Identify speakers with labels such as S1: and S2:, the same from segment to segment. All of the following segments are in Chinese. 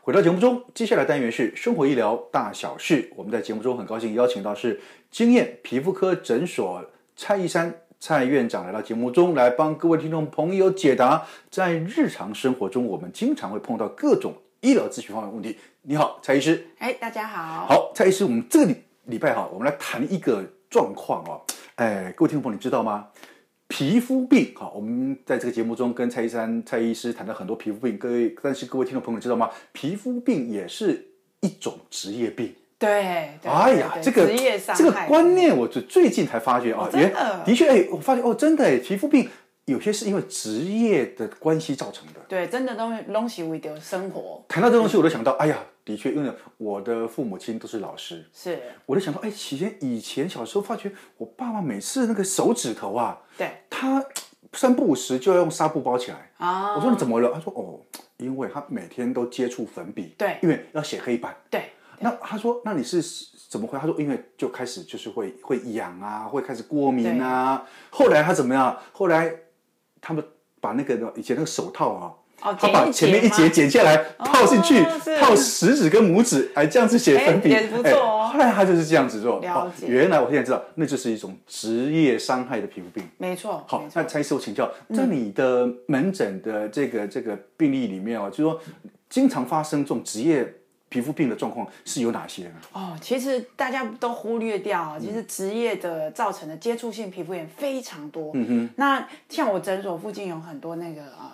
S1: 回到节目中，接下来单元是生活医疗大小事。我们在节目中很高兴邀请到是经验皮肤科诊所蔡一山蔡院长来到节目中来帮各位听众朋友解答在日常生活中我们经常会碰到各种医疗咨询方面的问题。你好，蔡医师。
S2: 哎，大家好。
S1: 好，蔡医师，我们这个礼礼拜哈，我们来谈一个状况哦。哎，各位听众朋友，你知道吗？皮肤病，好，我们在这个节目中跟蔡医生、蔡医师谈了很多皮肤病，各位，但是各位听众朋友知道吗？皮肤病也是一种职业病。
S2: 对，对
S1: 哎呀，
S2: 对
S1: 这个
S2: 职业伤害
S1: 这个观念，我最最近才发觉啊
S2: 哦，
S1: 原
S2: 真的
S1: 的确，哎，我发觉哦，真的，哎，皮肤病有些是因为职业的关系造成的。
S2: 对，真的都是拢是为着生活，
S1: 谈到这东西，我就想到，哎呀，的确，因为我的父母亲都是老师，
S2: 是
S1: 我就想到，哎，以前以前小时候发觉，我爸爸每次那个手指头啊，
S2: 对
S1: 他三不五时就要用纱布包起来。
S2: 啊。
S1: 我说你怎么了？他说哦，因为他每天都接触粉笔，
S2: 对
S1: 因为要写黑板。
S2: 对
S1: 那他说，那你是怎么回？他说，因为就开始就是会会痒啊，会开始过敏啊。后来他怎么样？后来他们把那个以前那个手套啊，
S2: 哦，
S1: 他把前面一节
S2: 节吗
S1: 剪下来，套进去
S2: 哦，是
S1: 套食指跟拇指，哎，这样子写粉笔，
S2: 哎也不错哦
S1: 哎后来他就是这样子做。
S2: 了解
S1: 哦原来我现在知道，那就是一种职业伤害的皮肤病。
S2: 没错，
S1: 好
S2: 没，错
S1: 那蔡医师，我请教，在你的门诊的这个这个病例里面哦，就是说经常发生这种职业皮肤病的状况是有哪些呢？
S2: 哦，其实大家都忽略掉啊，其实
S1: 嗯
S2: 职业的造成的接触性皮肤炎非常多。嗯哼，那像我诊所附近有很多那个呃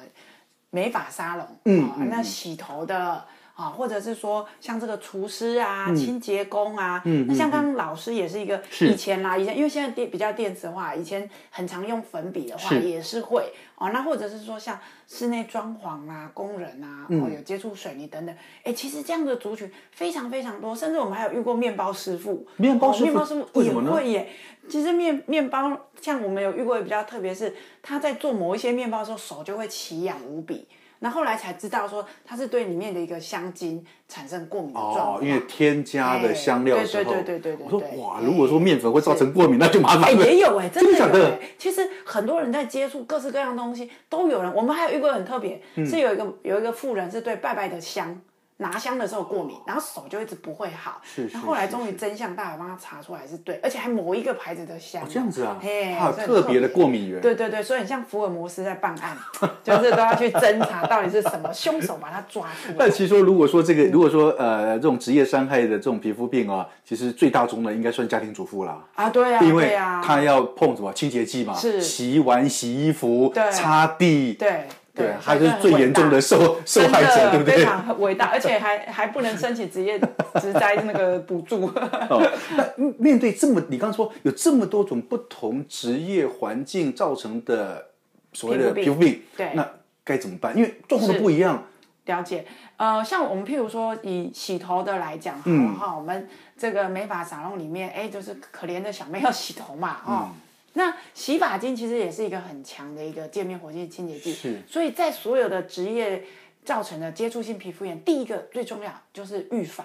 S2: 美发沙龙，
S1: 嗯
S2: 啊
S1: 嗯
S2: 那洗头的。啊，或者是说像这个厨师啊、清洁工啊，
S1: 嗯
S2: 那像刚刚老师也是一个
S1: 是
S2: 以前啦，以前因为现在电比较电子化，以前很常用粉笔的话
S1: 是
S2: 也是会哦。那或者是说像室内装潢啊、工人啊，哦
S1: 嗯
S2: 有接触水泥等等，哎，其实这样的族群非常非常多，甚至我们还有遇过面包师傅，
S1: 面包
S2: 哦
S1: 师傅
S2: 面包师傅
S1: 为
S2: 也
S1: 什么呢
S2: 会耶。其实面面包像我们有遇过比较特别是，他在做某一些面包的时候，手就会奇痒无比。那后来才知道说，它是对里面的一个香精产生过敏的状
S1: 哦
S2: 况，，
S1: 因为添加的香料的时候，
S2: 哎对对对对对对
S1: 我说
S2: 对
S1: 哇，
S2: 哎
S1: 如果说面粉会造成过敏，那就麻
S2: 哎、
S1: 烦了。
S2: 也有哎、真的有、
S1: 假
S2: 哎
S1: 的？
S2: 其实很多人在接触各式各样的东西，都有人。我们还有一个很特别，
S1: 嗯
S2: 是有一个有一个妇人是对拜拜的香。拿香的时候过敏，然后手就一直不会好。
S1: 是是
S2: 然后后来
S1: 是
S2: 终于
S1: 是
S2: 真相大白帮他查出来是对，而且还某一个牌子的香、
S1: 哦这样子啊
S2: 嘿，
S1: 它有
S2: 哎所以很
S1: 特别的过敏源
S2: 对对对，所以很像福尔摩斯在办 案，就是都要去侦查到底是什么凶手把他抓 住了
S1: 但。其实说，如果说这个，如果说呃，这种职业伤害的这种皮肤病啊，其实最大宗的应该算家庭主妇啦。
S2: 啊，对啊，
S1: 因为
S2: 对啊，
S1: 她要碰什么清洁剂嘛，
S2: 是
S1: 洗碗、洗衣服、
S2: 对
S1: 擦地，
S2: 对
S1: 对，
S2: 所
S1: 她
S2: 以
S1: 就是最
S2: 很伟
S1: 严重
S2: 大
S1: 的受受害者，
S2: 真的
S1: 对不对
S2: 非？常伟大，而且还还不能申请职业职灾那个补助。
S1: 哦，那面对这么，你刚刚说有这么多种不同职业环境造成的所谓的皮
S2: 皮
S1: 肤
S2: 肤病
S1: 病，
S2: 对
S1: 那该怎么办？因为状况都
S2: 是
S1: 不一样，
S2: 了解，呃，像我们譬如说以洗头的来讲，好
S1: 嗯
S2: 了哈、我们这个美发沙龙里面，哎，就是可怜的小妹要洗头嘛，哦。
S1: 嗯
S2: 那洗发精其实也是一个很强的一个界面活性清洁剂，
S1: 是
S2: 所以在所有的职业造成的接触性皮肤炎，第一个最重要就是预防。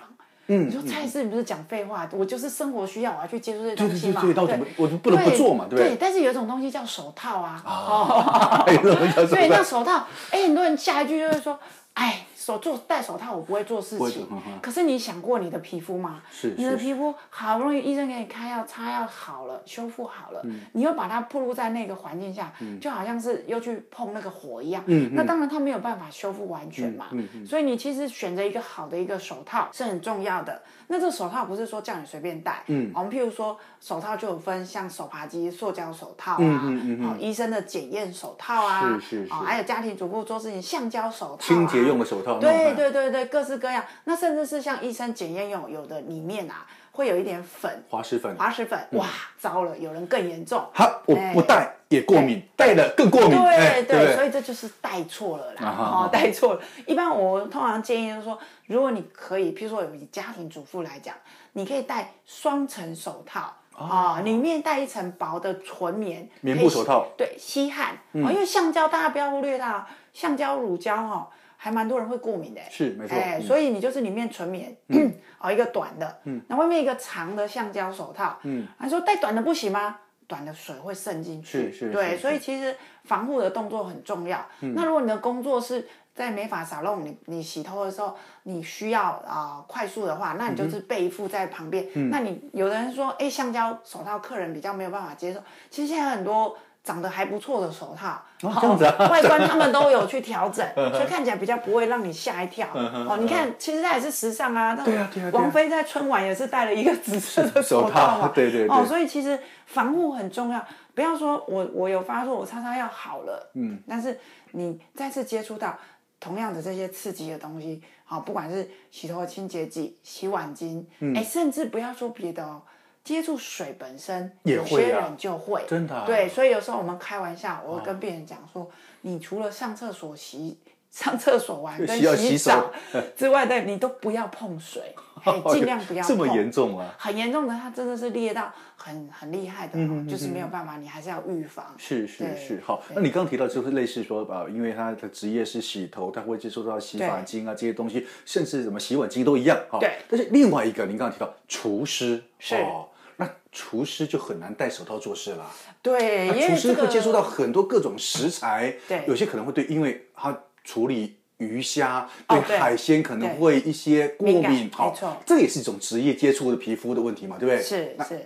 S2: 嗯，你说蔡司你不是讲废话？我就是生活需要，我要去接触这些东西嘛。
S1: 对对对对那我怎么我就不能不做嘛对不对
S2: 对，但是有一种东西叫手套啊，
S1: 哎，那我想说
S2: 对，那手套，哎，很多人下一句就会说哎，手做戴手套我不会做事
S1: 不会
S2: 情
S1: 做哈嗯哈，
S2: 可是你想过你的皮肤吗？
S1: 是
S2: 你的
S1: 是
S2: 皮肤好不容易医生给你开药、擦药好了，修复好了，
S1: 嗯
S2: 你又把它暴露在那个环境下，就好像是又去碰那个火一样。
S1: 嗯嗯
S2: 那当然它没有办法修复完全嘛，
S1: 嗯嗯
S2: 所以你其实选择一个好的一个手套是很重要的。那这手套不是说叫你随便戴，
S1: 嗯
S2: 我们譬如说手套就有分像手扒鸡、塑胶手套啊，
S1: 嗯嗯嗯嗯
S2: 哦医生的检验手套啊，
S1: 是是是
S2: 哦还有家庭主妇做事情橡胶手套、啊，
S1: 清洁用的手套，那
S2: 对
S1: 种
S2: 对对对，各式各样。那甚至是像医生检验用，有的里面啊会有一点粉，
S1: 滑石粉。
S2: 滑石粉，
S1: 嗯
S2: 哇，糟了，有人更严重。
S1: 好，我
S2: 哎
S1: 不戴也过敏，戴了更过敏，哎
S2: 对
S1: 对不
S2: 所以这就是带错了
S1: 啊
S2: 啦，
S1: 哈哈
S2: 哦，带错了。一般我通常建议就是说，如果你可以，譬如说有以家庭主妇来讲，你可以戴双层手套。啊、里面带一层薄的纯棉
S1: 哦棉
S2: 可以
S1: 布手套嗯
S2: 吸对，吸汗、哦，因为橡胶大家不要忽略它哦，橡胶、乳胶哦，还蛮多人会过敏的。
S1: 是没错
S2: 哎，
S1: 嗯
S2: 所以你就是里面纯棉， 哦，一个短的，嗯，那外面一个长的橡胶手套，
S1: 嗯，
S2: 他说戴短的不行吗？短的水会渗进去，
S1: 是是是
S2: 对，所以
S1: 是
S2: 其实防护的动作很重要。
S1: 嗯
S2: 那如果你的工作是在美发沙龙，你你洗头的时候，你需要啊、呃快速的话，那
S1: 嗯
S2: 你就是背负在旁边。那你有的人说，哎，橡胶手套客人比较没有办法接受，其实现在很多。长得还不错的手套，哦
S1: 这样子 啊嗯
S2: 外观他们都有去调整，所以看起来比较不会让你吓一跳。哦，你看，其实它也是时尚啊。那
S1: 对啊对啊对啊
S2: 王菲在春晚也是戴了一个紫色的手
S1: 手
S2: 套
S1: 套
S2: 嘛，
S1: 对对对
S2: 哦，所以其实防护很重要，不要说我我有发作，我擦擦药好了，嗯，但是你再次接触到同样的这些刺激的东西，好、不管是洗头的清洁剂、洗碗巾，哎、
S1: 嗯
S2: 甚至不要说别的哦。接触水本身，
S1: 也
S2: 有
S1: 会
S2: 些
S1: 啊
S2: 人就会
S1: 真的啊 哦
S2: 对，哎所以有时候我们开玩笑，我会跟病人讲说，你除了上厕所洗、上厕所 完跟
S1: 需要洗手哦
S2: 澡之外的，你都不要 碰水，嘿尽量不要碰。
S1: 这么严重啊？
S2: 很严重的，它真的是裂到很很厉害的、
S1: 嗯
S2: 哦，就是没有办法，你还是要预防。
S1: 是是
S2: 对
S1: 是，好。
S2: 对
S1: 那你刚刚提到就是类似说，呃，因为他的职业是洗头，他会接触到洗发精啊这些东西，甚至什么洗碗巾都一样，哈、
S2: 对
S1: 但是另外一个，您刚刚提到厨师，
S2: 是
S1: 哦，那厨师就很难戴手套做事啦。
S2: 对，
S1: 那
S2: 哎因为
S1: 厨师
S2: 这个
S1: 会接触到很多各种食材，
S2: 对
S1: 有些可能会对，因为他处理鱼虾，
S2: 哦对
S1: 海鲜可能
S2: 对
S1: 会一些过
S2: 敏感
S1: 敏，好
S2: 没错
S1: 这也是一种职业接触的皮肤的问题嘛，对不对？
S2: 是
S1: 那
S2: 是，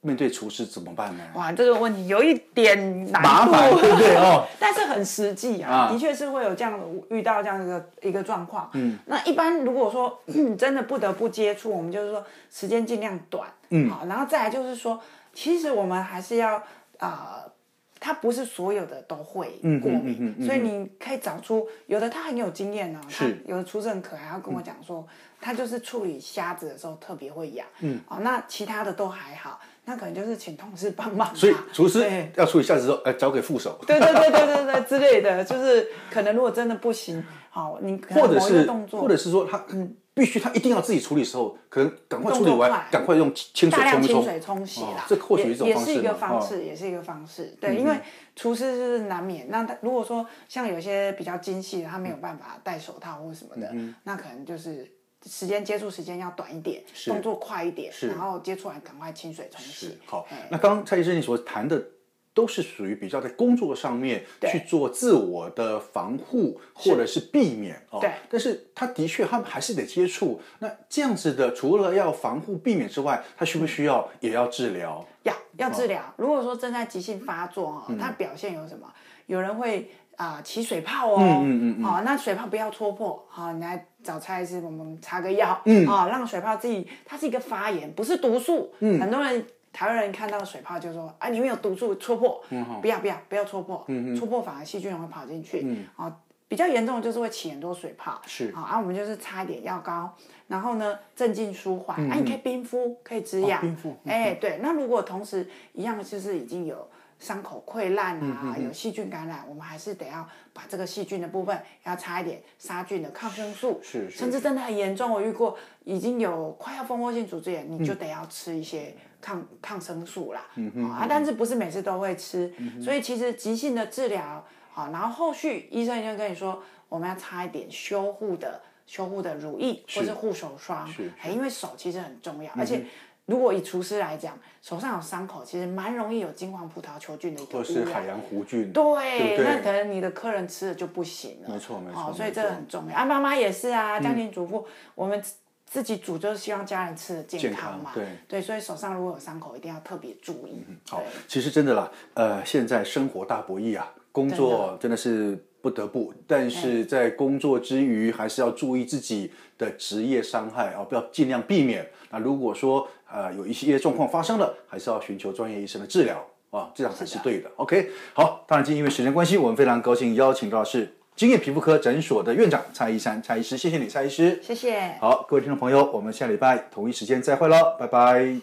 S1: 面对厨师怎么办呢？
S2: 哇，这个问题有一点难
S1: 麻
S2: 度，
S1: 烦对不对 哦？
S2: 但是很实际
S1: 啊
S2: 啊，的确是会有这样的遇到这样一个一个状况。嗯，那一般如果说、 嗯真的不得不接触，我们就是说时间尽量短，嗯，好，然后再来就是说，其实我们还是要啊。呃它不是所有的都会过
S1: 嗯
S2: 敏，
S1: 嗯嗯嗯
S2: 所以你可以找出有的他很有经验哦，他
S1: 是
S2: 有的厨师很可爱，他跟我讲说，他就是处理虾子的时候特别会痒，嗯，哦，那其他的都还好，那可能就是请同事帮忙吧，啊
S1: 所以厨师
S2: 对
S1: 要处理下子之后，哎，交给副手。
S2: 对对对对对对之类的，就是可能如果真的不行，好，你可能
S1: 或者
S2: 某一
S1: 是
S2: 个动作，嗯
S1: 或者是说他必须他一定要自己处理的时候，可能赶快处理
S2: 动作
S1: 完
S2: 快，
S1: 赶快用清水
S2: 大量
S1: 冲一
S2: 清
S1: 冲。
S2: 水冲洗
S1: 哦
S2: 啦，
S1: 这或许一种
S2: 也也
S1: 方式
S2: 是一个
S1: 嘛
S2: 方
S1: 哦嗯
S2: 式，也是一个方式。对，因为厨师就是难免，那他如果说像有些比较精细的，他没有办法戴手套或什么的，
S1: 嗯
S2: 那可能就是。时间接触时间要短一点，
S1: 是
S2: 动作快一点
S1: 是，
S2: 然后接触完赶快清水冲
S1: 是
S2: 洗。
S1: 好
S2: 哎。
S1: 那刚刚蔡医生你所谈的。都是属于比较在工作上面
S2: 对
S1: 去做自我的防护，或者是避免哦。
S2: 对
S1: 但是他的确，他们还是得接触。那这样子的，除了要防护避免之外，他需不需要也要治疗？
S2: 要
S1: 哦
S2: 要治疗。如果说正在急性发作哦，
S1: 嗯
S2: 它表现有什么？有人会啊、起水泡哦，
S1: 嗯嗯
S2: 好、那水泡不要戳破，好、你来找蔡医师，我们擦个药，
S1: 嗯
S2: 好、让水泡自己，它是一个发炎，不是毒素，嗯，很多人。台湾人看到水泡就说：“啊，里面有毒素，戳破！
S1: 嗯
S2: 不要不要不要戳破，戳破反而细菌会跑进去。啊、比较严重的就是会起很多水泡，
S1: 嗯是
S2: 啊，啊，我们就是擦一点药膏，然后呢镇静舒缓，哎、啊，你可以冰敷，可以止
S1: 嗯
S2: 痒，
S1: 哦冰敷
S2: 哎、对，那如果同时一样就是已经有伤口溃烂啊，有细菌感染，我们还是得要把这个细菌的部分要擦一点杀菌的抗生素，
S1: 是是
S2: 甚至真的很严重，我遇过已经有快要蜂窝性组织炎，
S1: 嗯
S2: 你就得要吃一些抗、抗生素啦，嗯、啊，但是不是每次都会吃，
S1: 嗯
S2: 所以其实急性的治疗好，然后后续医生就跟你说，我们要擦一点修护的修护的乳液或是护手霜，
S1: 是嗯
S2: 哎，因为手其实很重要，而且如果以厨师来讲，手上有伤口，其实蛮容易有金黄葡萄球菌的一个
S1: 或
S2: 污
S1: 是
S2: 染。
S1: 海洋弧菌，对
S2: 对，
S1: 不对嗯
S2: 那可能你的客人吃了就不行了。
S1: 没错没
S2: 好、
S1: 错，
S2: 所以
S1: 没
S2: 这
S1: 错嗯
S2: 个很重要。啊，妈妈也是啊，家庭主妇，我们自自己煮就是希望家人吃的健
S1: 健康
S2: 嘛。
S1: 对嗯
S2: 所以手上如果有伤口，一定要特别注意。
S1: 好
S2: 对，
S1: 其实真的啦，呃，现在生活大博弈啊，工作真的是不得不，但是在工作之余，还是要注意自己的职业伤害啊，不要尽量避免。那如果说呃有一些状况发生了，还是要寻求专业医生的治疗啊，这样才是对的。OK，好，当然今天因为时间关系，我们非常高兴邀请到的是经验皮肤科诊所的院长蔡医生，蔡医师，谢谢你，蔡医师。
S2: 谢谢。
S1: 好，各位听众朋友，我们下礼拜同一时间再会喽，拜拜。